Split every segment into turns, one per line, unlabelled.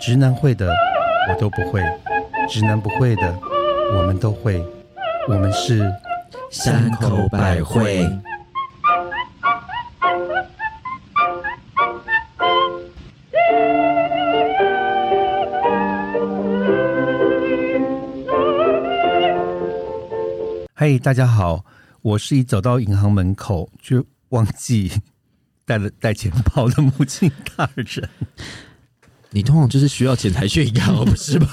直男会的我都不会，直男不会的我们都会，我们是
山口百惠。
嘿，大家好，我是一走到银行门口就忘记带了带钱包的母亲大人。
你通常就是需要钱才去银行，啊不是 吧？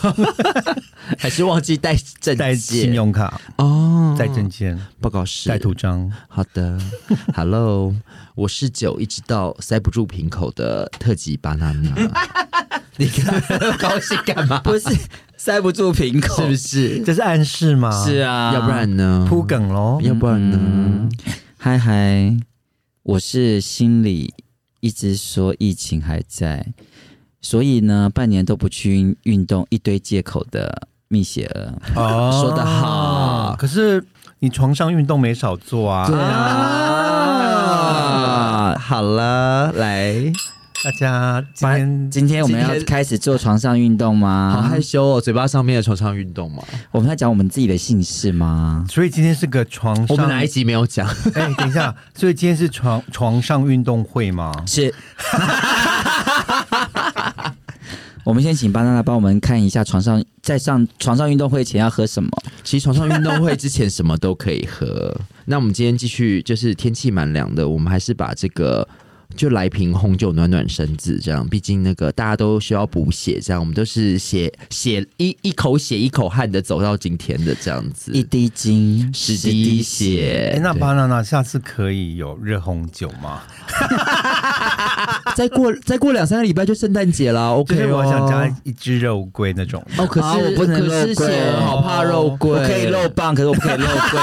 还是忘记带证
带信
件
用卡、
哦，
带证件、
报告是
带图章。
好的，Hello，我是酒一直到塞不住瓶口的特级巴娜 娜。你看高兴干嘛？
不是塞不住瓶口，
是不是？
这是暗示吗？
是啊，
要不然呢？
铺梗喽。
要不然呢
嗯？，嗨嗨，我是心里一直说疫情还在，所以呢，半年都不去运运动，一堆借口的蜜雪儿。
哦
说得好
可是你床上运动没少做啊。
啊，好了，来，
大家今天
今天我们要
今天
开始做床上运动
好
吗
害？羞哦，嘴巴上面的床上运动嘛。
我们要讲我们自己的姓氏吗？
所以今天是个床上，
我们哪一集没有讲？
哎、等一下，所以今天是床床上运动会吗？
是。 我们先请巴娜娜帮我们看一下床上，在上床上运动会前要喝什么？
其实床上运动会之前什么都可以喝。那我们今天继续，就是天气蛮凉的，我们还是把这个就来瓶红酒暖暖身子，这样。毕竟那个大家都需要补血，这样我们都是血血一一口血一口汗的走到今天的这样子，
一滴精，
十滴。血。
哎、那
对
巴娜娜下次可以有热红酒吗？
再过再过两三个礼拜就圣诞节了
可
，OK
是
哦
我想加一只肉桂那种。
哦，可是、
啊我不能
可是
肉桂
血儿好怕肉桂，
我可以肉。棒，可是我不可以肉 桂。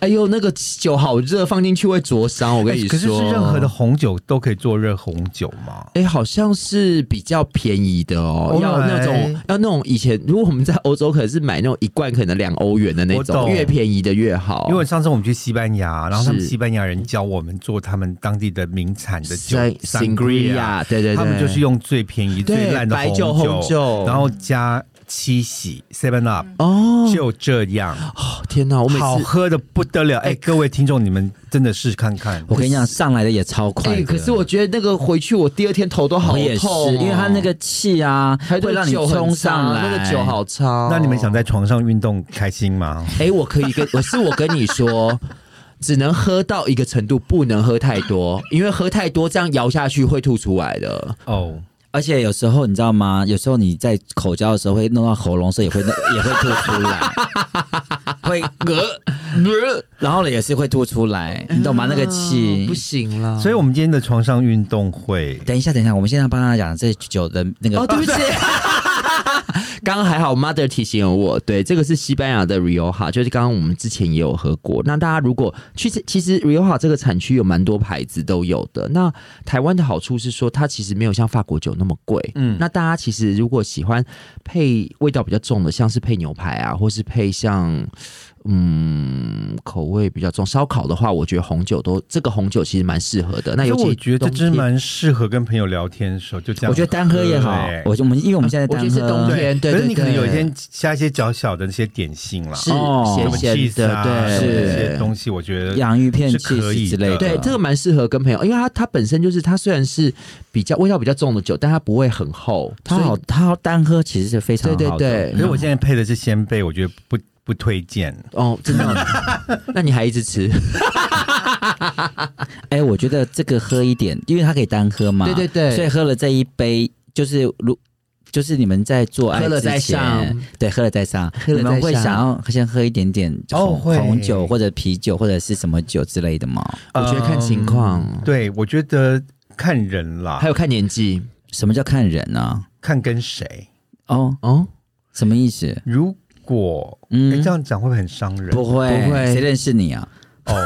哎呦，那个酒好热，放进去会灼伤，我跟你
哎
说。
可是是任何的红酒都可以做热红酒吗？
哎、好像是比较便宜的哦，
Alright
要那种要那种以前，如果我们在欧洲，可能是买那种一罐可能两欧元的那
我
种，
懂
越便宜的越好。
因为上次我们去西班牙，然后他们
哦是
西班牙人教我们做他们当地的名产的酒
在
sangria，
Sangria，对对对，
他们就是用最便宜、
对
最烂的
白酒
红
红酒
然后加七喜 Seven Up，
哦，
就这样，
哦天哪，我每
好
次。
喝的不得了。哎，各位听众，你们真的试看看。
我跟你讲，上来的也超快
哎、
的。
可是我觉得那个回去，我第二天头都好
我
痛、哦
也是，因为它那个气啊，
还
会让你冲上来。
那个酒，好差。
那你们想在床上运动开心吗？
哎、我可以跟，我是我跟你说， 只能喝到一个程度，不能喝太多，因为喝太多这样摇下去会吐出来 的。
哦，
而且有时候你知道吗？有时候你在口交的时候会弄到喉咙，所以也会 弄也会吐出 来，会呃，然后呢也是会吐出来，你懂吗？那个气。
哦啊不行了，
哦所以我们今天的床上运动会，
等一下，等一下，我们现在帮大家讲这酒的那个。
哦，对不起。 刚刚还好，Mother 提醒了我，对，这个是西班牙的 Rioja，就是刚刚我们之前也有喝过。那大家如果去，其实 Rioja 这个产区有蛮多牌子都有的。那台湾的好处是说，它其实没有像法国酒那么贵。
嗯
嗯，那大家其实如果喜欢配味道比较重的，像是配牛排啊，或是配像嗯口味比较重烧烤的话，我觉得红酒都这个红酒其实蛮适合的。那尤
所以
其
我觉得这
冬
支
天
蛮适合跟朋友聊天的时候就这样。
我觉得单喝也好
对，
我就我们因为我们现在
啊我觉
单
得是冬
喝
天，
对，
对
可是你
对
可能有一
对
天加一些小小的那些点心啦，
是
哦
什
咸
么
咸
cheese
的，
啊，什么这些
对。
东西，啊我觉得
洋芋片、
是
气
可以
司之类
的
的。
对，这个蛮适合跟朋友，因为它它本身就是它虽然是比较味道比较重的酒，但它不会很厚，
它
所以
好，它单喝其实是非常好
对对
的
对
可是我现在配的是鲜贝，我觉得不不推荐。
哦，真的， 那你还一直吃？
哎、我觉得这个喝一点，因为它可以单喝嘛，
对对对
所以喝了这一杯，就是如就是你们在做爱
喝了
之前
再上，
对，喝了再上，
了再上
你们会想要先喝一点点
哦
红、
会
红酒或者啤酒或者是什么酒之类的吗？
我觉得看情况
嗯对，我觉得看人啦
还，有看年纪
什么叫看人呢、
看跟谁。
哦，
哦，
什么意思？
如果哎
嗯
这，样讲会不会很伤人？
不会，
不会
谁认识你啊？
哦，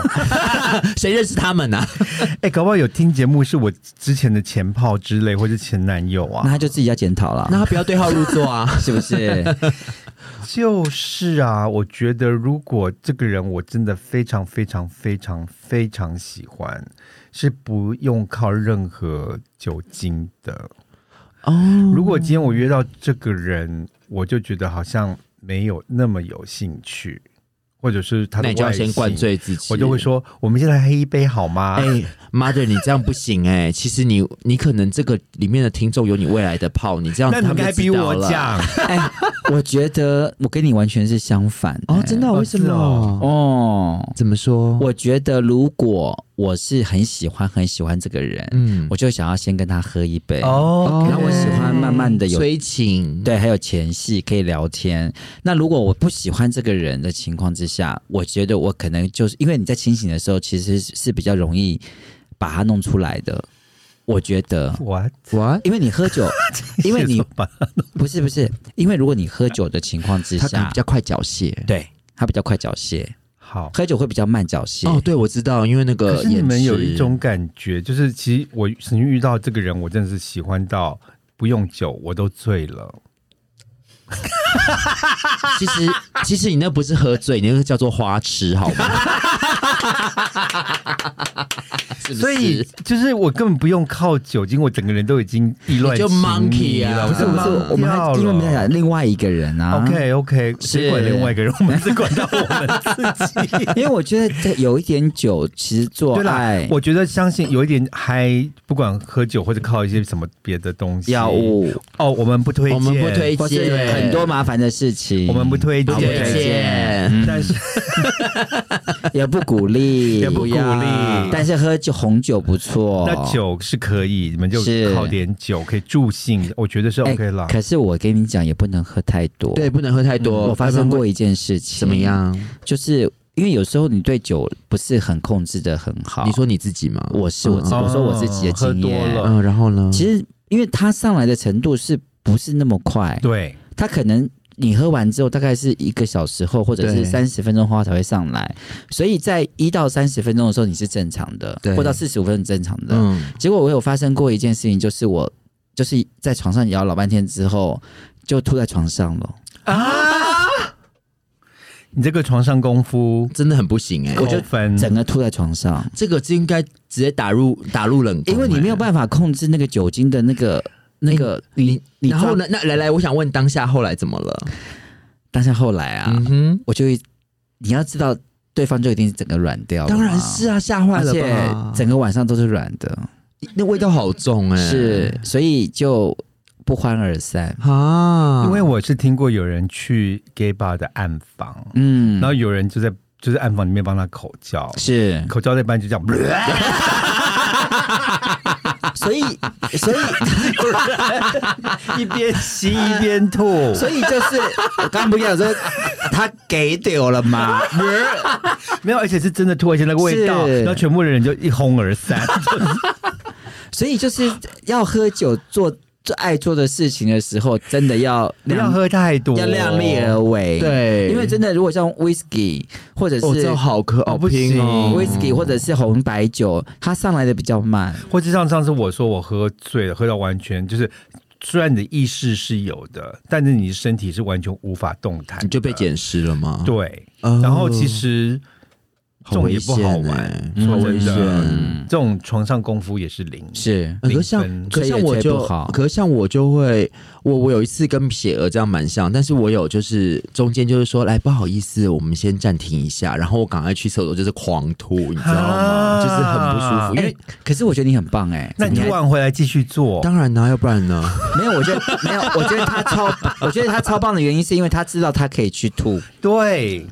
谁认识他们啊呢？
哎，搞不好有听节目是我之前的前炮之类，或是前男友
那
啊。
他就自己要检讨
那
了，
他不要对号入 座啊！
是不 是？
就是啊，我觉得如果这个人我真的非常非常非常非常喜欢，是不用靠任何酒精的。
哦，
如果今天我约到这个人，我就觉得好像没有那么有兴趣，或者是他的
那
外
你就要先
形
灌，醉自己，
我就会。说，我们现在喝一杯好吗？
哎、m o t h e r 你这样不行哎、其实你你可能这个里面的听众有你未来的炮，你这样
那你
他
应
们
该
就
逼
知道
我
了。
讲，
哎，我觉得我跟你完全是相反
哦
哎，
真的啊、
哦
为什么？
是哦
哦。
怎么说？
我觉得如果我是很喜欢很喜欢这个人，
嗯，
我就想要先跟他喝一杯。
哦，
然后我喜欢慢慢地有
催情，，
对，还有前戏可以聊天。那如果我不喜欢这个人的情况之下，我觉得我可能就是因为你在清醒的时候，其实是比较容易把它弄出来的。我觉得，
我
我
因为你喝 酒，因为你
把
不是不是，因为如果你喝酒的情况之
他可能
下
比，较快缴械。
对，它比较快缴械，
好。
喝酒会比较慢缴械。
哦，对，我知道，因为那
可
个
是你们
延
有
迟
一种感觉，就是其实我曾经遇到这个人，我真的是喜欢到不用酒我都醉了。
其实其实你那不是喝醉，你那个叫做花痴，好 吗？是不是
所以就是我根本不用靠酒精，我整个人都已经意乱
你就
情迷
monkey 啊
了，
不是不是，我们还因为我们在讲啊另外一个人啊。。
OK OK，
是
谁管另外一个人？我们只管到我们自己
因为我觉得这有一点酒，其实做
对啦
爱，
我觉得相信有一点嗨，不管喝酒或者靠一些什么别的东西，
药物
哦，我们不推荐，
我们不推
或是
荐
很多麻烦的事情，
我们不推荐，
不推荐
嗯
但是
也不鼓 励，
也不鼓励
要但是喝酒红酒不错，
那酒是可以，你们就是靠点酒可以助兴，我觉得是
哎
OK 了。
可是我跟你讲，也不能喝太多。
对，，不能喝太多。
嗯我发生过一件事情，
怎么？样？
就是因为有时候你对酒不是很控制的很好。
你说你自己吗？
哦我是我
嗯
自，
哦
我说我自己的经
喝多
验
了。
嗯，然后呢？
其实因为它上来的程度是不是那么快？
对，
它可能你喝完之后，大概是一个小时后，或者
对
是三十分钟后它才会上来，所以在一到三十分钟的时候你是正常的
对，
或到四十五分钟正常的。
嗯，
结果我有发生过一件事情，就是我就是在床上摇老半天之后，就吐在床上了。
嗯
你这个床上功夫
真的很不行哎、
扣
我就
分，
整个吐在床上，
这个就应该直接打入打入冷宫、
因为你没有办法控制那个酒精的那个那个你
哎。
你
然后
抓？
呢？那来来，我想问当下后来怎么了？
但是后来啊，
嗯哼，
我就会你要知道，对方就一定整个软掉了嘛，
当然是啊，吓坏
而
了
且
吧？
整个晚上都是软的，
那味道好重哎、
是，所以就不欢而散。
啊，
因为我是听过有人去 gay bar 的暗房，
嗯
然，后有人就在就是暗房里面帮他口交，
是，
口交在一半就这样，
所以，所以。
一边吸一边吐，
所以就是我刚不讲说他给丢了嘛，
没有，而且是真的吐，而且那个味道，
是
然后全部的人就一哄而 散。
所以就是要喝酒做做爱做的事情的时候，真的要
不要
量
喝太多，
要量力而为。，
对，
因为真的如果像 whisky 或者
哦，
是
这好可
哦
好
不
拼哦
行，
whisky 或者是红白酒，它上来的比较慢。
或者像上次我说我喝醉了，喝到完全就是，虽然你的意识是有的，但是你的身体是完全无法动弹，
你就被。捡尸了吗？
对，
哦，
然后其实这
好
种
危
也不
险
好
哎
玩，，
好
说
危
真
险。
的，这种床上功夫也是零。
是
呃可是
零
像
分
可是像
吹也
我
吹
就
不好
可是像我就会我我有一次跟撇鹅这样蛮像，但是我有就是中间就是说来不好意思，我们先暂停一下，然后我赶快去厕所就是狂吐，你知道吗？
啊
就是很不舒服，因
哎、
为、
可是我觉得你很棒哎、
那你
怎么
就
样
晚回来继续做，
当然呢、要不然呢？
没有，我觉得没有，我觉得他超，我觉得他超棒的原因是因为他知道他可以去吐，
对，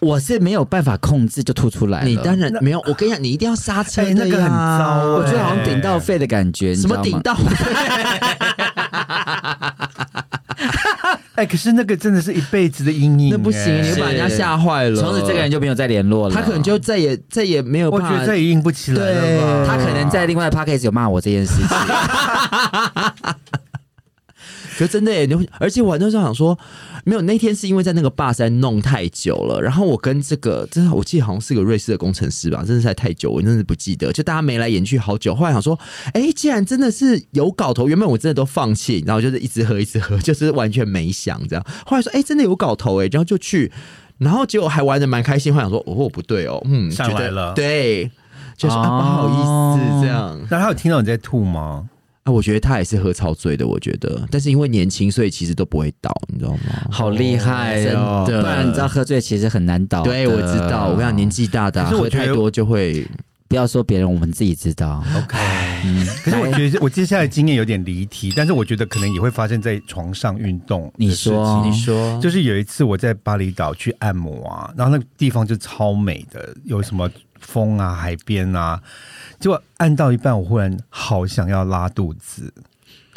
我是没有办然控制就吐出来了。
你当然没有，我跟你讲，你一定要刹车的呀、
哎那个很糟
我
哎
觉得好像顶到肺的感觉，
什么顶
到？
到？
哎，可是那个真的是一辈子的阴影，
那不
哎
行，你会把人家吓坏了。
从此这个人就没有再联络了。
他可能就再也再也没有
我
办
觉得
法
再。也硬不起来了吧
对
他可能在另外的 podcast 有骂我这件事情，
可真的耶，你会而且我那时候想说，没有那天是因为在那个坝山弄太久了，然后我跟这个真的我记得好像是个瑞士的工程师吧，真的是在太久，我真的是不记得，就大家眉来眼去好久。后来想说，哎，既然真的是有搞头，原本我真的都放弃，然后就是一直喝一直喝，就是完全没想这样。后来说，哎，真的有搞头哎，然后就去，然后结果还玩的蛮开心。后来想说，哦，不对哦，嗯，
上
觉得
来了
对，就是、啊、
哦
不好意思这样。
那他有听到你在吐吗？
啊，我觉得他也是喝超醉的，我觉得，但是因为年轻，所以其实都不会倒，你知道吗？
好厉害哦！
真的
不然你知道喝醉其实很难倒的。
对，我知道。我跟你讲，年纪大的啊、
可是我
喝太
觉得
多就会
不要说别人，我们自己知道。
OK，可是我觉得我接下来经验有点离题，但是我觉得可能也会发生在床上运动。
你说，
你说
哦就是有一次我在巴厘岛去按摩啊，然后那个地方就超美的，有什么风啊、海边啊，结果按到一半，我忽然好想要拉肚子，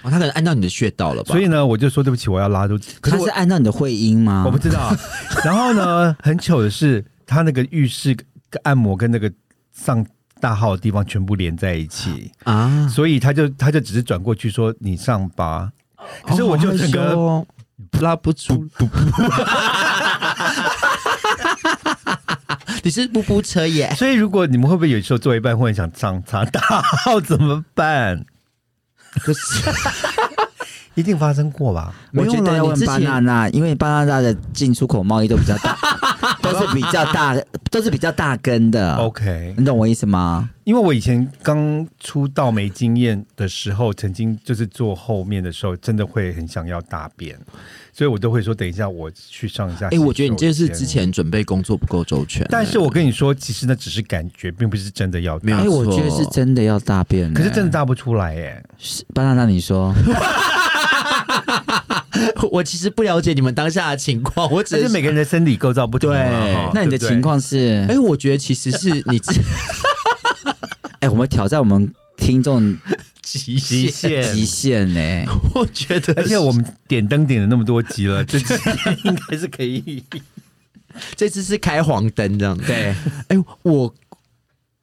哦，他可能按到你的穴道了吧？
所以呢，我就说对不起，我要拉肚子。可
他
是我
是按照你的会阴吗？
我不知道。然后呢，很糗的是，他那个浴室按摩跟那个上大号的地方全部连在一起，
啊，
所以他就他就只是转过去说你上吧。可是我就整个
哦好害羞哦拉不出，你是布布车耶？
所以如果你们会不会有时候做一半会很想上擦大号怎么办？
可是
一定发生过吧？
我觉得
没有
要
啦
问
你之
巴
前
娜娜，因为巴娜娜的进出口贸易都比较 大，都是比较大，都是比较大根
啊
的。
哦
OK，
你懂我意思吗？
因为我以前刚出道没经验的时候，曾经就是坐后面的时候，真的会很想要大便，所以我都会说等一下我去上一下。
哎、我觉得你这是之。前准备工作不够周全、
但是我跟你说，其实那只是感觉，并不是真的要大
没有
哎、我觉得是真的要大便欸、
可是真的大不出来耶。
是巴娜娜，你
哦
说
我其实不了解你们当下的情况，哦我只
但是
是
每个人的生理构造不同嘛，啊
对
哈
那你的
对不对
情况是？
哎、
哎、
我觉得其实是你 自
我们挑战我们听众
己
极限
极限呢、
我觉得
而且我们点灯点了那么多集了，这集应该是可以。
这次是开黄灯这样子。
对，
哎、我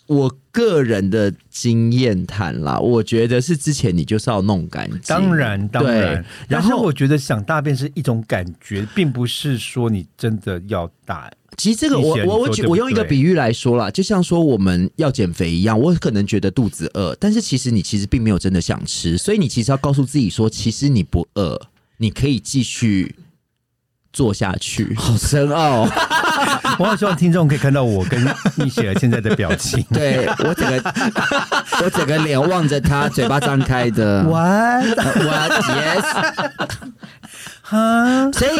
我个人的经验谈啦，我觉得是之前你就是要弄干净，
当然，当然
对。
但
然
是
后
我觉得想大便是一种感觉，并不是说你真的要大。
其实这个
你
我
选
我我
你说
举
对不
我用一个
对
比喻来说啦，就像说我们要减肥一样，我可能觉得肚子饿，但是其实你其实并没有真的想吃，所以你其实要告诉自己说，其实你不饿，你可以继续做下去。
好深奥。。
我好希望听众可以看到我跟蜜雪儿现在的表情
对我整个我整个脸望着他，嘴巴张开的。我
哇
我 yes，
哈，
所以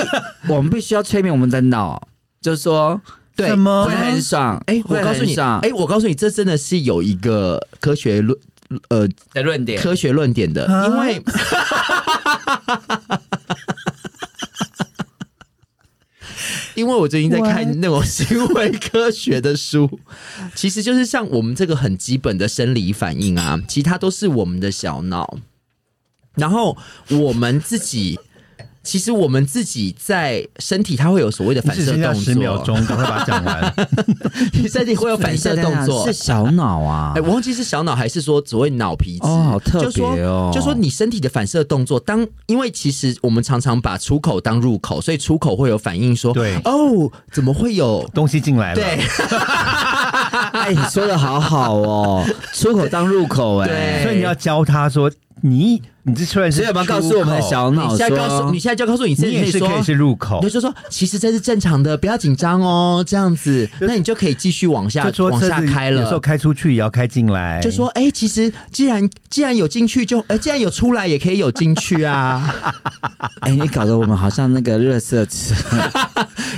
我们必须要催眠我们的脑，就是说
对
什么
会很爽。
哎、我
会
告诉
很
你，
爽
哎、我告诉你，这真的是有一个科学论呃
的论点
科学论点的，
啊
因 为。因为我最近在看那种行为科学的书，其实就是像我们这个很基本的生理反应啊，其他都是我们的小脑，然后我们自己，其实我们自己在身体它会有所谓的
你
反
只
射
剩下
动
十秒
作，
钟，赶快把它讲完。
你 身体会有反射动作，
是小脑啊
哎、。我忘记是小脑还是说所谓脑皮质
哦好特
就说
别哦
就说你身体的反射动作，当因为其实我们常常把出口当入口，所以出口会有反应说，
对
哦，怎么会有？
东西进来了，
对，
哎，你说的好好 哦，出口当入口哎、
对
所以你要教他说，你你这虽然是
所以我们告诉我们的 小
你
脑
现在告诉，
说啊
你，现在就告诉你自
你
己，
也是可以是
说。
入口
你就，说说，其实这是正常的，不要紧张哦，这样 子，那你就可以继续往下
就说
往
车
下
子
开
有时候
了。
开出去也要开进来，
就说，哎、其实既然既然有进去就，呃，既然有出来也可以有进去啊。
哎、你搞得我们好像那个热色词，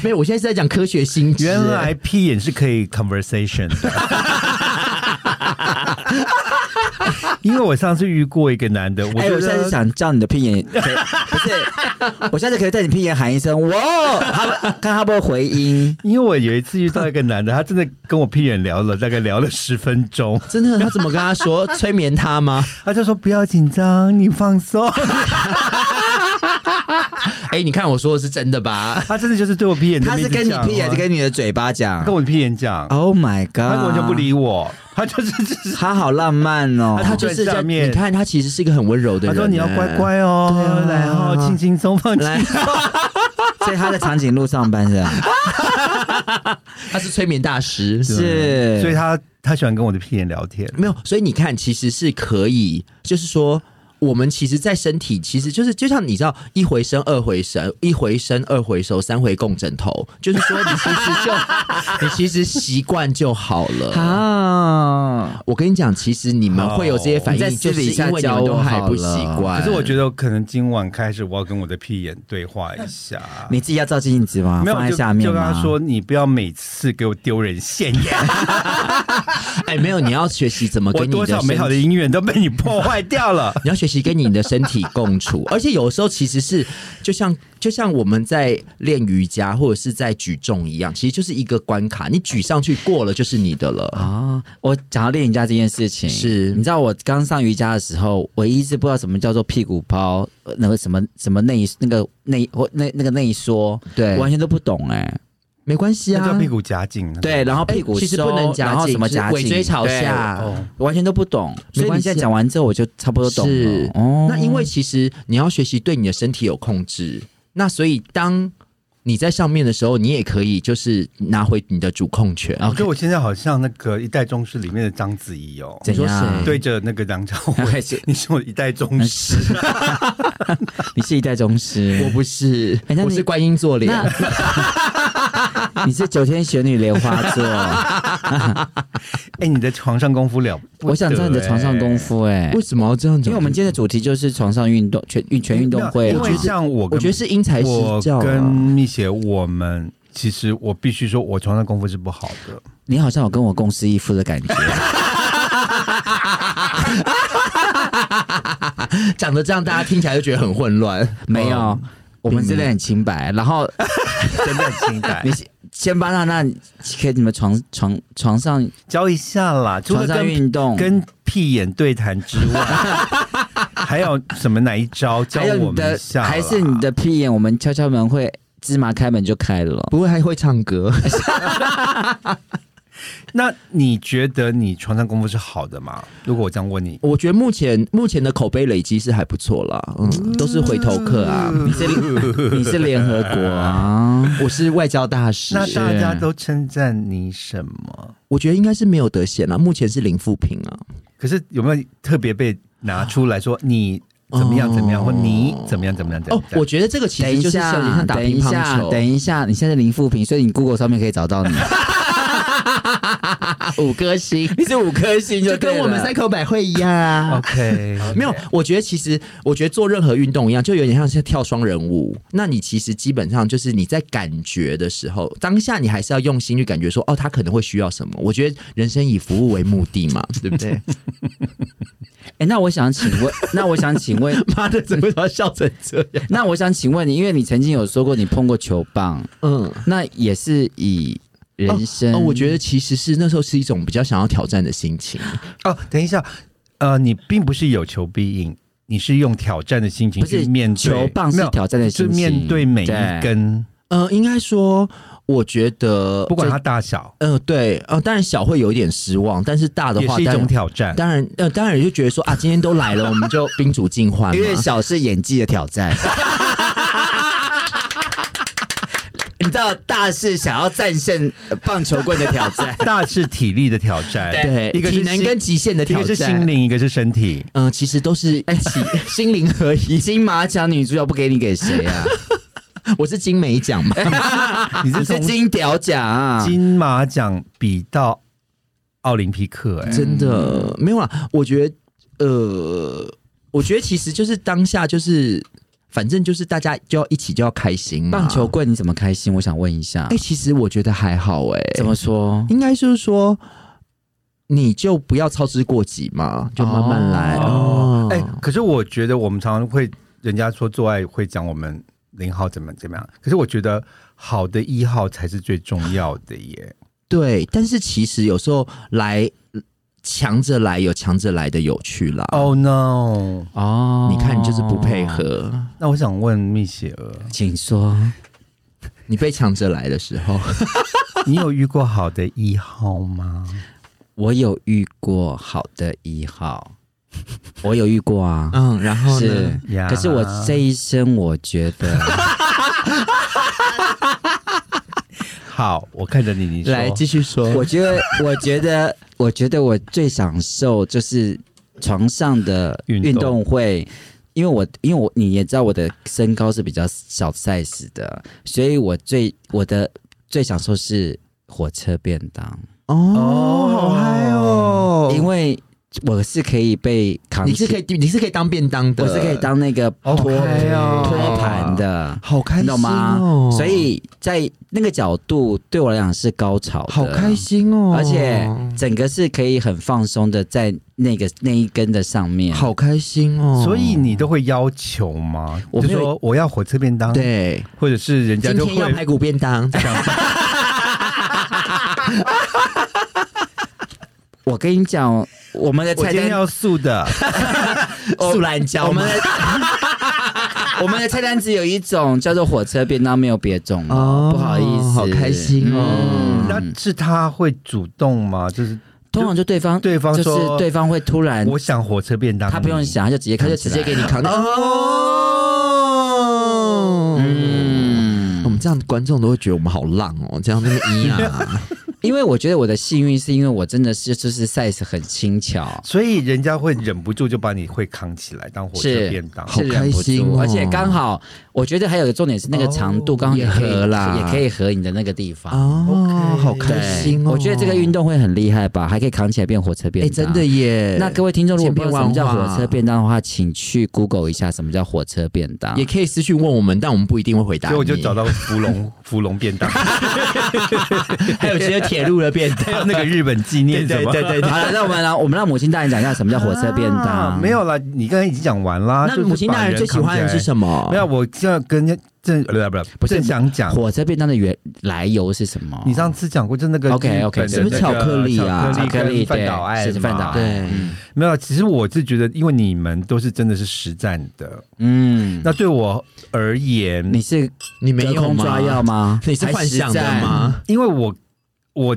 没有，我现在是在讲科学新知。
原来屁眼是可以 conversation 的。 因为我上次遇过一个男的，我
哎、
觉
我现在
得、
想叫你的屁眼， 可以不是，我现在可以在你屁眼喊一声“哇”，他会看他会不会回音。
因为我有一次遇到一个男的，他真的跟我屁眼聊了大概聊了十分钟，
真的，他怎么跟他 说？催眠他吗？
他就说不要紧张，你放松。
哎、你看我说的是真的吧？
他真的就是对我屁眼，
他是跟你屁眼，是
跟
跟你的嘴巴讲
哦跟。我屁眼讲，
Oh my god！
他完全不，理
啊
我，他就是只是
他好浪漫哦。
他 就是
在
在
上面
你看他其实是一个很温柔的
他
人、啊
说你要乖。乖哦，
对啊
然后轻轻松放轻。
来，
所以他在长颈鹿上班是吧？
他是催眠大师，
是，
所
嗯
以他他喜欢跟我的屁眼聊天。
没有。所以你看，其实是可以，就是说。我们其实，在身体其实就是就像你知道，一回生二回神，一回生二回熟，三回共枕头，就是说你其实 就你其实习惯就好了。
啊，
我跟你讲，其实你们会有这些反
好
应，
你在
就
私
是
底下
因为你
教
们都
我
还
好
不习
了
惯。
可是我觉得可能今晚开始，我要跟我的屁眼对话一下。
你自己要照镜子吗？
没有
放在
就
下面
就跟
吗
他说，你不要每次给我丢人现 眼，
哎，没有，你要学习怎么
我
跟你
多
的
少
身
美好的
体。
姻缘都被你破坏掉 了。
你要学习跟你的身体共处，而且有时候其实是就像就像我们在练瑜伽或者是在举重一样，其实就是一个关卡，你举上去过了就是你的了。
啊，我讲到练瑜伽这件事情，
是
你知道我刚上瑜伽的时候，我一直不知道什么叫做屁股包，呃那个什么什么内那个内或那那个内缩，
对
我完全都不懂哎、
没关系
那
啊
叫，屁股夹紧。
对，然后屁股
哎其实
收
不能夹
然后
紧
什么
是
夹紧，
尾椎朝
对
下
哦
我完全都不懂。
没
所以
关
你
系啊
在讲完之后，我就差不多懂
是
了。哦，
那因为其实你要学习对你的身体有控制，那所以当你在上面的时候，你也可以就是拿回你的主控权。
我觉得我现在好像那个《一代宗师》里面的章子怡哦，
怎
你说
样？
谁
对着那个梁朝
还
伟
是，
你是我一代宗 师，
你是一代宗师，
我不是，
哎那
我
你
是观音坐莲。啊
那你是九天玄女莲花 座，
哎，你的床上功夫了不得，
我想知道你的床上功夫哎、
为什么要这样讲？
因为我们今天的主题就是床上运动全运全运动会
因
啊
为，像我跟，
我觉得是因材施
我
教啊、
跟蜜雪，我们其实我必须说，我床上功夫是不好的。
你好像有跟我共侍一夫的感觉，
讲的这样，大家听起来就觉得很混乱。
没有，我们真的很清白。然后
真的很清淡
你，先先巴娜娜，可以你们床床床上
教一下啦，除了
床上
跟
运动，
跟屁眼对谈之 外，还有什么哪一招教
还有
我
你
们一
的
下啦？
还是你的屁眼，我们敲敲门会芝麻开门就开了。
不会还会唱歌？
那你觉得你床上功夫是好的吗？如果我这样问你，
我觉得目前目前的口碑累积是还不错啦，嗯，都是回头客啊。
你是你是联合国啊，
我是外交大使，
那大家都称赞你什么？
我觉得应该是没有得选啦，啊目前是零负评啊。
可是有没有特别被拿出来说你怎么样怎么样，或你怎么样怎么样怎么
哦
样，？
我觉得这个其
等
实
一
就是有点
下，
像打
等
乒
一
乓
下，
球，
等一下，你现在零负评，所以你 Google 上面可以找到你，
五颗星，
你是五颗星
啊就
对
跟我们
了
三口百惠一样
哦
啊。
OK，
没有，我觉得其实，我觉得做任何运动一样，就有点像是跳双人舞。那你其实基本上就是你在感觉的时候，当下你还是要用心去感觉说，哦，他可能会需要什么。我觉得人生以服务为目的嘛，对不对？
哎、那我想请问，那我想请 问，
妈的，怎么要笑成这样？
那我想请问你，因为你曾经有说过你碰过球棒，
嗯。
那也是以人生，
哦，我觉得其实是那时候是一种比较想要挑战的心情，
哦，等一下，呃，你并不是有求必应，你是用挑战的心情
不是
去面对
球棒是
没有
挑战的心情
是面对每一根，
呃，应该说，我觉得
不管
这
它大小，
呃，对，呃，当然小会有一点失望，但是大的
也
话，
是一
当然
种挑战。，
当然，呃，当然就觉得说啊，今天都来了，我们就宾主尽欢
因为
嘛。
小是演技的挑战。 你知道大是想要战胜棒球棍的挑战
大是体力的挑战，
对，
一个
体
是
能
心
跟极限的
一
挑
个是
战
心，灵，一个是身体。
嗯、其实都是一起心灵合一。
金马奖女主角不给你给谁啊？
我是金美奖嘛，
你
你
是
是
从
金屌奖啊、
金马奖比到奥林匹克，哎，
真的没有啦。我觉得，呃，我觉得其实就是当下就是，反正就是大家就要一起就要开心嘛。
棒球，棍你怎么开心？我想问一下，
哎、其实我觉得还好、哎，
怎么说？
应该就是说，你就不要操之过急嘛，就慢慢来。
哦
哦，，
哎，可是我觉得我们常常会，人家说做爱会讲我们零号怎么怎么样，可是我觉得好的一号才是最重要的耶。
对，但是其实有时候来强着来有强着来的有趣啦。
Oh no！
哦
你看你就是不配，合，
那我想问蜜雪儿，
请说。
你被强着来的时候，
你有遇过好的一号吗？
我有遇过好的一号， 我有遇过啊，
嗯，然后
是
呢？
呀
可是我这一生，我觉得
好，我看着你，你说哦
来继续说。
我觉得，我觉得，我觉得我最享受就是床上的
运动
运动会。因为我，因为我你也知道我的身高是比较小 size 的，所以我最我的最享受是火车便当，
哦，好嗨哦！
因为我是可以被扛起，
你是可以，你是可以当便当的，
我是可以当那个
好
托
嗨哦
托盘，的，
好开
你
心
懂吗？
哦！
所以在那个角度对我来讲是高潮的，
好开心哦，
而且整个是可以很放松的在那个那一根的上面。
好开心哦。
所以你都会要求吗？
我
就
没有
说我要火车便当，，
对，
或者是人家
今
就
天要
会
排骨便当，
我跟你讲，我们的
我
菜
今天
单，哦
要素 的，
素兰椒
我
吗
们？的 我们的菜单只有一种叫做火车便当，没有别种了
哦
不好意思，嗯
好开心哦
那是他会主动吗？就是
通常就对方，
对方
就是
说
对方会突然，
我想火车便当，
嗯他不用想，他就直接
他
扛
就
起
直
来
接给你扛到
哦
哦。
嗯
我们这样观众都会觉得我们好浪哦，这样那么一啊，
因为我觉得我的幸运是因为我真的是就是 size 很轻巧，
所以人家会忍不住就把你会扛起来当火车
是
便当。
好
是忍
开
不
心
住
哦
而且刚好我觉得还有个重点是那个长度
哦
刚好也可以
也合啦
也可以合你的那个地方。
哦，
OK
好
对
开心哦！
我觉得这个运动会很厉害吧，还可以扛起来变火车便
哎，
当。
真的。耶。
那各位听众，如果不知道什么
千变
叫
万化
火车便当的话，请去 Google 一下什么叫火车便当
也。可以私讯问我们，但我们不一定会回答
所
你。
以我就找到芙 蓉芙蓉便当，
还有些铁路的便当，
那个日本纪念什么？
对
好了，那我们来，我们让母亲大人讲一下什么叫火车便
啊
当。
没有啦，你刚才已经讲完啦。
那母亲大人最喜欢的是
么？
什么？
没有，我就要跟人家正呃不是不是
不是
正想讲，
火车便当的原来由是什么？
你上次讲过，就那个
OK，OK，
日本的
什么巧克力啊
巧
巧
克
克
力
力
跟饭
对
岛爱
是
嘛
饭岛爱
对，
没有，其实我是觉得，因为你们都是真的是实战的，
嗯，
那对我而言，
你是
你没
隔
有
空
吗
抓药？吗？
你是幻想的吗？
因为我我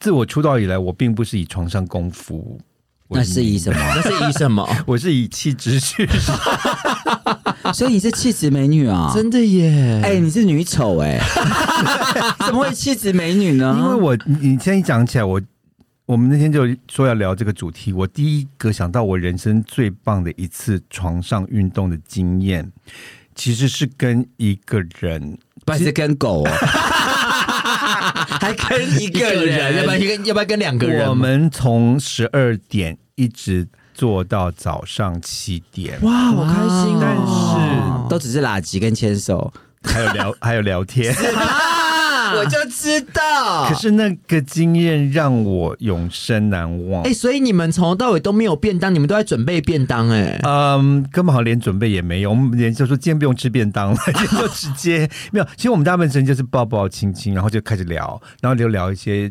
自我出道以来，我并不是以床上功夫为名，
那是以什么？
那是以什 么？
我是以气质取胜。
所以你是气质美女啊？
真的耶！
哎、你是女丑 哎、怎么会气质美女
啊
呢？
因为我你你现在讲起来，我我们那天就说要聊这个主题，我第一个想到我人生最棒的一次床上运动的经验，其实是跟一个人。
不然是跟狗哦、还跟一
哎一个
个
人，要不然
人。
一个，要不然跟两个人
我
吗。
们从十二点一直做到早上七点，
哇，啊好开心
但
哦！
是
都只是垃圾跟牵手，
还有聊还有聊天。
啊
我就知道
可。是那个经验让我永生难忘
哎、。所以你们从头到尾都没有便当，你们都在准备便当哎、
嗯，根本好像连准备也没有，我们连就说今天不用吃便当了， 就直接没有。其实我们大部分时间就是抱抱亲亲，然后就开始聊，然后就聊一些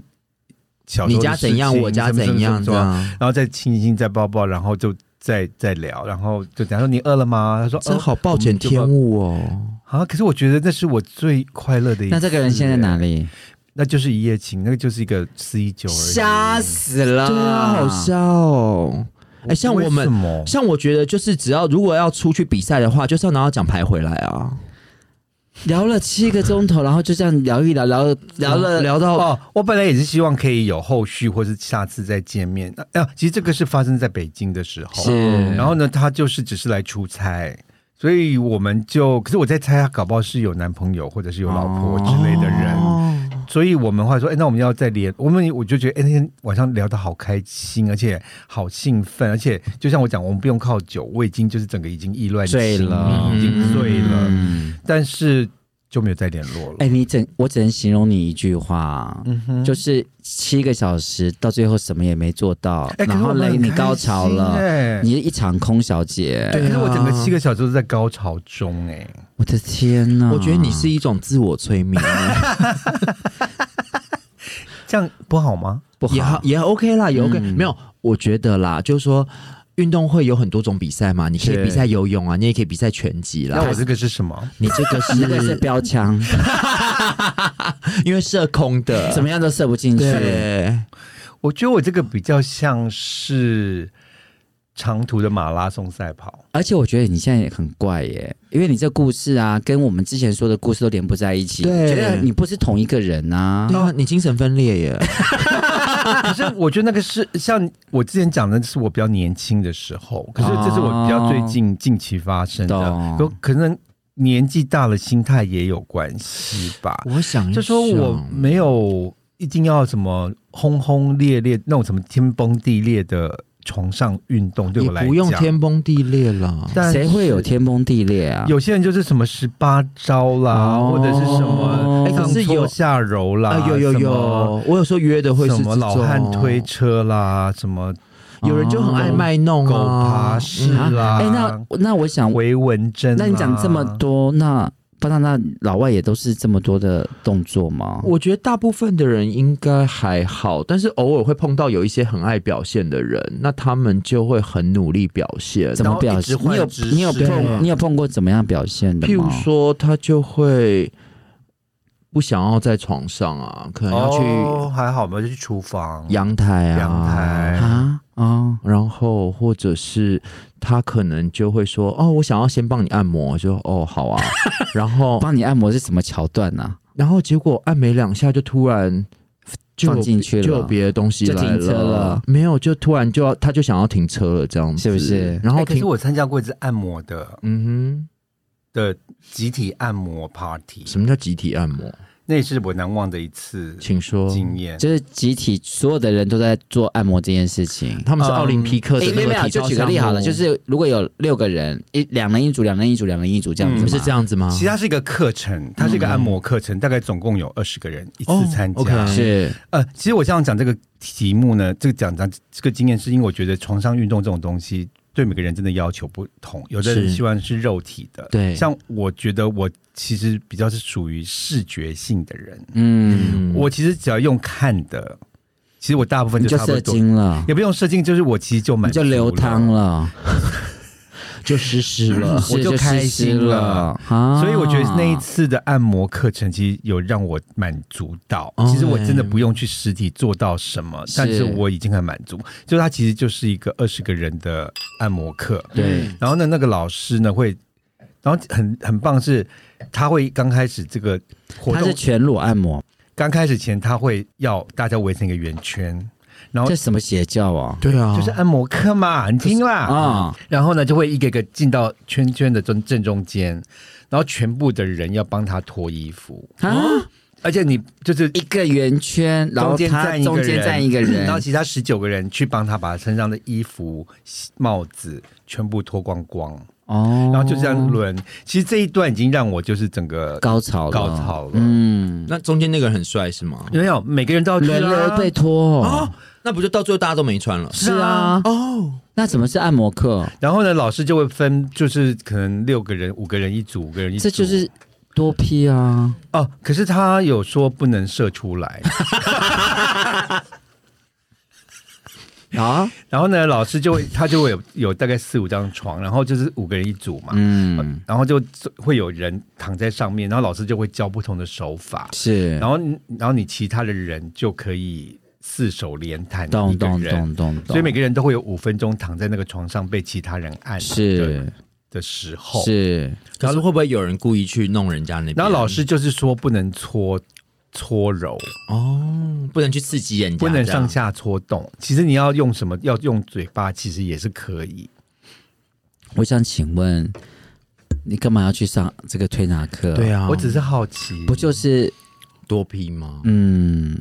小时
你
候的
家怎
事
样，
情
我家
什么什么
怎样
什
这
么什么
样，
然后再亲亲，再抱抱，然后就再再聊，然后就讲说你饿了吗？他说
真
哦
好暴殄天物哦！
啊！可是我觉得那是我最快乐的一次。啊
那这个人现在哪里？
那就是一夜情，那个就是一个四一九而已。
瞎死了！
对啊，好瞎哦！哎、像我
为什
们，
么
像我觉得就是只要如果要出去比赛的话，就是要拿到奖牌回来啊！
聊了七个钟头，然后就这样聊一聊，聊聊了
聊到、
哦，我本来也是希望可以有后续，或是下次再见面。那、啊、其实这个是发生在北京的时候，
是
然后呢，他就是只是来出差，所以我们就，可是我在猜他搞不好是有男朋友或者是有老婆之类的人，
哦
所以我们后来说，哎，那我们要再联，我们我就觉得，哎，那天晚上聊得好开心，而且好兴奋，而且就像我讲，我们不用靠酒，我已经就是整个已经意乱情迷
醉了
已经醉了，
嗯
但是就没有再联络了。
哎、你整我只能形容你一句话，就是七个小时到最后什么也没做到，
哎，可
然
是我
后
们
嘞
很
你
开
高潮
心
了，
哎
你是一场空小姐，
对，可是我整个
啊
七个小时都在高潮中哎、
我的天呐！
我觉得你是一种自我催眠，
这样不好吗？
不好
也 好也 OK 啦，也 OK、没有，我觉得啦，就是说运动会有很多种比赛嘛，你可以
是
比赛游泳啊，你也可以比赛拳击啦
那。我这个是什么？
你这个
那个是
是
标枪，
因为射空的，
怎么样都射不进去。
对？
我觉得我这个比较像是长途的马拉松赛跑。
而且我觉得你现在也很怪耶，因为你这故事啊，跟我们之前说的故事都连不在一起，
对
觉得你不是同一个人啊。
对啊，你精神分 裂耶！
可是我觉得那个是像我之前讲的，是我比较年轻的时候，可是这是我比较最近近期发生的，有
懂
可能年纪大了，心态也有关系吧。
我想一
就说我
想
没有一定要什么轰轰烈烈那种什么天崩地裂的床上运动，对
也
我来讲
不用天崩地裂了。
但
谁会有
是
天崩地裂啊？
有些人就是什么十八招啦，
哦
或者是什么
哎
可是
上
有
搓下揉啦，
啊，有有
什么
有，我有时候约的会是
什么
这
老汉
种
推，车啦，什么
有人就很爱卖弄
狗
啊嗯
爬式
啊
啦，
哎、那那我想，
回纹针啦。
那你讲这么多，那巴拿那老外也都是这么多的动作吗？
我觉得大部分的人应该还好，但是偶尔会碰到有一些很爱表现的人，那他们就会很努力表现。
怎么表
然
现？
后
你
一直
有
换姿势
你有
对
碰你有碰过怎么样表现的吗？
譬如说，他就会不想要在床上啊，可能要
哦，
去
还好嘛，就去厨房。
阳台啊，
阳台
啊哦，
然后或者是他可能就会说：“哦，我想要先帮你按摩。”就哦，好啊。然后，
帮你按摩是什么桥段啊呢、
然后结果按没两下，就突然就有
放进去了
就有别的东西
就
来
停车了
没有，就突然就要，他就想要停车了，这样子
是不是
然后
哎可是
停，
我参加过一次按摩的
嗯
的集体按摩 party，
哼，什么叫集体按摩？
那也是我难忘的一次
请说。
经验。
就是集体所有的人都在做按摩这件事情。
他们是奥林匹克的那
诶哎没有没
个
有，
体
就
操
举个
项
例好了，
目
就是如果有六个人，一两人一组，两人一组，两人一组这样子、
嗯
不是这，啊样子吗？嗯
其实它是一个课程，它是一个按摩课程，大概总共有二十个人一次参加。
哦，OK
是嗯
呃，其实我这样讲这个题目呢，这个讲讲这个经验，是因为我觉得床上运动这种东西对每个人真的要求不同，有的人
是
希望是肉体的，
对
像我觉得我其实比较是属于视觉性的人，
嗯，
嗯
我其实只要用看的，其实我大部分
你
就嗯
就
差不
射
多，
精了，
也不用射精，就是我其实就
你
满足
就流汤
了。
了，嗯
就实施了。
我
是
就开
失
心
失
了
了啊！
所以我觉得那一次的按摩课程其实有让我满足到，
哦
其实我真的不用去实体做到什么，
是
但是我已经很满足。就它其实就是一个二十个人的按摩课，
对
嗯
然后呢，那个老师呢会，然后很很棒是，他会刚开始这个活
它
动
是全裸按摩，
刚开始前，他会要大家围成一个圆圈，然后
这什么邪教啊？
对啊，
就是按摩课嘛，你听啦
啊
然后呢，就会一个一个进到圈圈的正正中间，然后全部的人要帮他脱衣服，
啊！
而且你就是
一个圆圈，然后
中间
它
站一个
中
人，
间站一个人嗯
然后，其他十九个人去帮他把身上的衣服、帽子全部脱光光，
哦
然后就这样轮。其实这一段已经让我就是整个
高潮了，
高潮了
嗯，
那中间那个人很帅是吗？
没有每个人都要去
轮流
啊
被脱哦，
哦，那不就到最后大家都没穿了？
是啊，
哦，
那怎么是按摩课？
然后呢，老师就会分，就是可能六个人、五个人一组，五个人一组。
这就是多批啊！
哦，可是他有说不能射出来。
啊，
然后呢，老师就会他就会有有大概四五张床，然后就是五个人一组嘛，
嗯，
然后就会有人躺在上面，然后老师就会教不同的手法，
是
然，后你然后你其他的人就可以四手连弹一
懂
个
懂
人。
懂懂懂，
所以每个人都会有五分钟躺在那个床上被其他人按的
是
的时候，
是
可是会不会有人故意去弄人家那边？
然后老师就是说不能搓搓揉，
哦，不能去刺激人家，
不能上
这样。
下搓动。其实你要用什么，要用嘴巴，其实也是可以。
我想请问，你干嘛要去上这个推拿课？
对，啊，
我只是好奇，
不就是
多批吗？
嗯，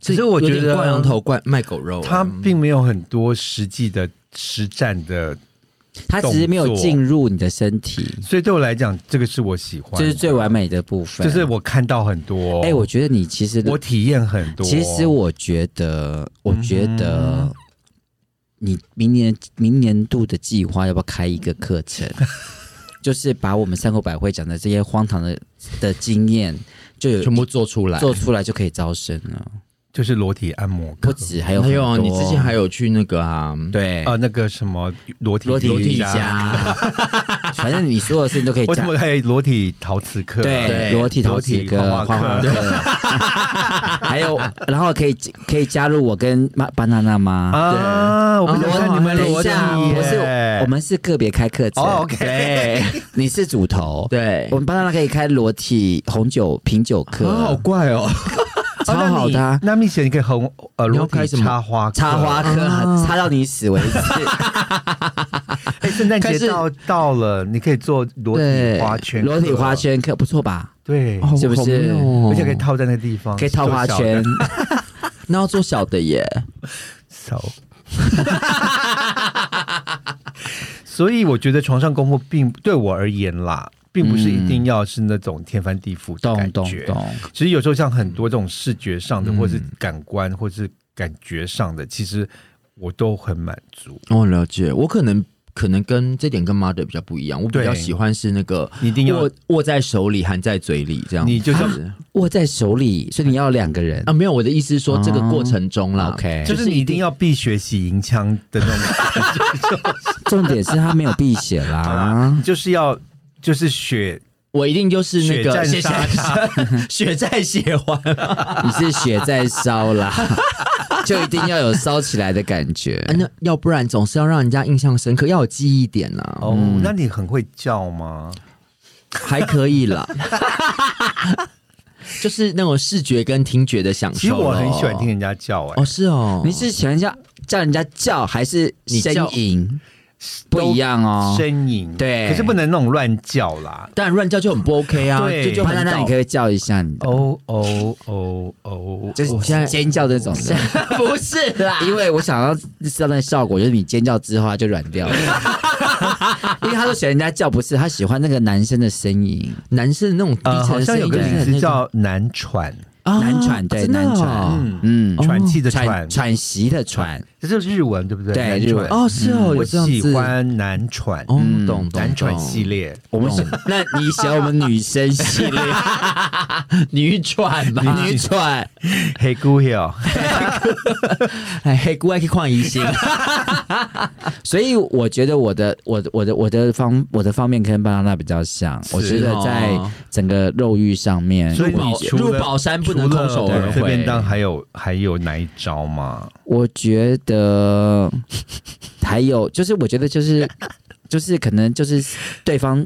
其实我觉
有点
得
挂羊头怪卖狗肉啊，
他并没有很多实际的实战的，
它只是没有
动作
进入你的身体，
所以对我来讲，这个是我喜欢的，
这是最完美的部分。
就是我看到很多，
哎、我觉得你其实，
我体验很多。
其实我觉得，我觉
嗯
得你明年明年度的计划要不要开一个 课程，就是把我们三口百惠讲的这些荒唐的的经验，就有
全部做出来。
做出来就可以招生了。
就是裸体按摩课
不止，还有
还有啊，
很多
你之前还有去那个啊，
对
啊、那个什么裸体
裸体
瑜
瑜
伽，
啊
伽， 反正你所有事情都可以
为什
加
么。还有裸体陶瓷课？啊
对，裸体陶瓷
裸体画
哥、
画
画
课
画课， 还有，然后可以可以加入我跟妈巴娜娜吗？
啊，我不想
啊
看你们
哦等一
裸体
下，
耶
不是，我们是个别开课程。
哦，OK，
你是主头，
对
我们巴娜娜可以开裸体红酒品酒
啊
课，
怪哦，
超好的啊。
那蜜姐，你可以红呃
你
裸
要开
体
什么
插花课
插花课，插到你死为止。
哎，圣诞
开
节
始
到到了，你可以做裸体花圈，
裸体花，圈课不错吧？
对，
哦
是不是
好妙哦
而且可以套在那个地方，
可以套花圈，
那要做小的耶，
手。手 所以我觉得床上功夫并对我而言啦，并不是一定要是那种天翻地覆的
懂
感
嗯懂
觉。
懂。
其实有时候像很多这种视觉上的，或是感官，或是感觉上的，其实我都很满足。
我哦了解，我可能可能跟这点跟 mother 比较不一样，我比较
对
喜欢是那个
你一定要
握握在手里，含在嘴里这样子。
你就像
握在手里，所以你要两个人。啊
啊，没有，我的意思是说这
哦
个过程中啦
OK，
就是你一定要必学习银枪的那种感觉，就
重点是他没有避血啦。
是 就是要就是血
我一定就是那个
血
血
战沙
战 血债血还。
你是血在烧啦， 就一定要有烧起来的感觉
啊。那要不然总是要让人家印象深刻，要有记忆点呐、啊。
哦。那你很会叫吗？
还可以 啦，就是那种视觉
哦
跟听觉的享受。
其实我很喜欢听。人家叫、哎、
哦，是哦，
你是喜欢叫叫人家叫还是
你
呻
叫
吟？不一样哦。
呻吟，
对
可是不能那种乱叫啦。
但乱叫就很不 OK 啊，
对
就就
潘
很
娜娜，
倒
你可以叫一下你的，
哦哦哦哦，
就是
现在
尖叫这种的，
不是啦，
因为我想要知道那效果，就是你尖叫之后它就软掉 了。因为他说喜欢人家叫，不是他喜欢那个男生的声音，
男生那种低
呃，
沉
好
的
像
声
有
音
个
感
名
觉
字叫难喘，
啊
难喘对
真的哦哦
难喘
嗯
嗯，
喘气的
喘
喘，
喘息的喘，
这是日文对不对？
对
难喘嗯
日文
哦，是哦，有
我
这样
喜
子。
欢难喘，
哦，懂懂懂，
难喘系列，
我们是， 那你喜欢我们女生系 列
女喘吧，
女喘？
黑姑哦哟，
哎，黑姑还可以换一 星，
所以我觉得我的我的我的我的方我的方面跟巴拿那比较像，我觉得在整个肉欲上面，
所以
我
你除了
入宝山不能空手而
这
回
便当还有还有哪一招吗？
我觉得还有就是，我觉得就是 就是可能就是对方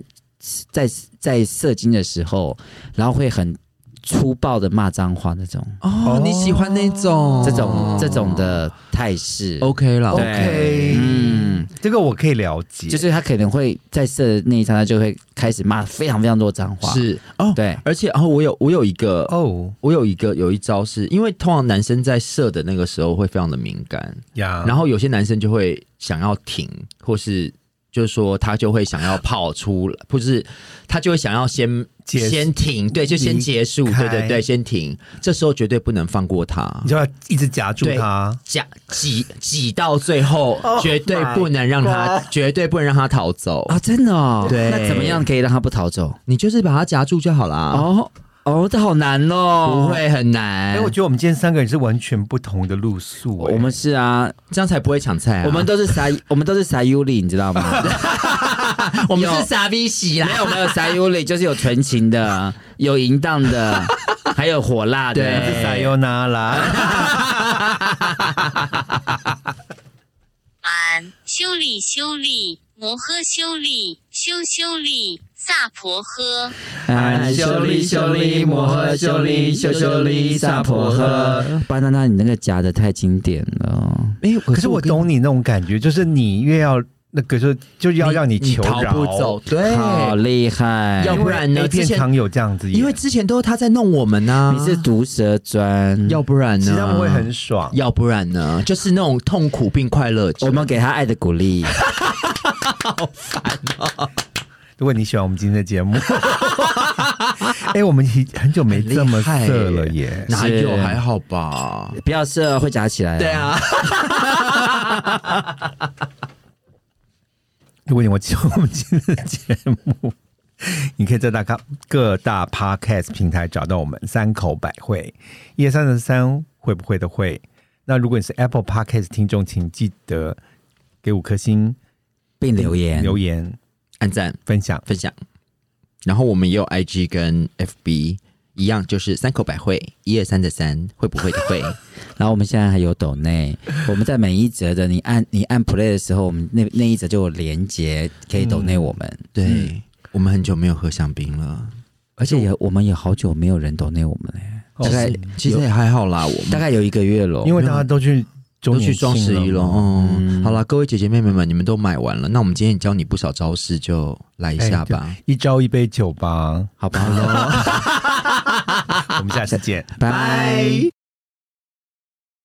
在在射精的时候，然后会很粗暴的骂脏话那种，
哦，你喜欢那种
这种这种的态势。
OK 了
对
OK
嗯，
这个我可以了解，
就是他可能会在射的那一刹那就会开始骂非常非常多脏话。，
是哦，
对
而且哦，我有我有一个
哦
我有一个有一招是，因为通常男生在射的那个时候会非常的敏感，
呀，
然后有些男生就会想要停，或是就是说他就会 想要泡出，或是他就会想要先
结束
先停，对，就先结束，
离开
对对对，先停，这时候绝对不能放 过他。
你就要一直夹住
对
它。
夹挤挤到最后
Oh，
绝对不能让他，绝对不能让他逃走。
啊，真的哦。
对
那怎么样可以让他不逃走？
你就是把他夹住就好啦，
哦哦，这好难哦。
不，会很
哎，
难
我，觉得我们今天三个人是完全不同的路数，哎
我们是啊，
这样才不会抢菜啊。
我们都是撒，我们都是撒 U 里，你知道吗？
我们
有
是傻逼洗啦
没，有没有撒 U 里，就是有纯情的，有淫荡的， 还有火辣的。
对
是撒尤那拉，
安，修理修理，摩诃修理，修修理，萨婆诃。
哎
修理修理摩诃修理修修理萨婆诃。
巴娜娜，你那个夹的太经典了。
没有。
哎可是我懂你那种感觉，就是你越要那个就就要让你求
逃不走
饶，，
对，
好厉害！
要
因为
不然呢
A 片
之前
常有这样子演，
因为之前都是他在弄我们啊呢、
你是毒蛇砖，
要不然
其
呢？
实他们会很爽。
要不然呢？就是那种痛苦并快乐着。
我们给他爱的鼓励。
如果你喜欢我们今天的节 目，哎，我们已很久没这么色了耶。
哪
是
有还好吧？
不要射，会夹起来。
对，啊，
如果你我喜欢我们今天的节目，你可以在大咖各大 podcast 平台找到我们三口百会，一二三的三会不会的会。那如果你是 Apple Podcast 听众，请记得给五颗星、
并留言
留言、
按赞
分享。
分享。然后我们也有 IG 跟 FB 一样，就是三口百会，一二三的三，会不会的 会。
然后我们现在还有抖内，我们在每一则的你按你按 play 的时候，我们那那一则就有连接可以抖内我们，
对、我们很久没有喝香槟了，
嗯而且也我们也好久没有人抖内我们嘞，
哦
大概
是
其实也还好啦，我们
大概有一个月了，
因为大家都去周
都
年
去双十一
庆
了。
嘛
哦、好啦，各位姐姐妹妹们，你们都买完了，那我们今天也教你不少招式，就来一下吧。
哎一招一 杯酒吧，
好不好？
我们下次见。
拜。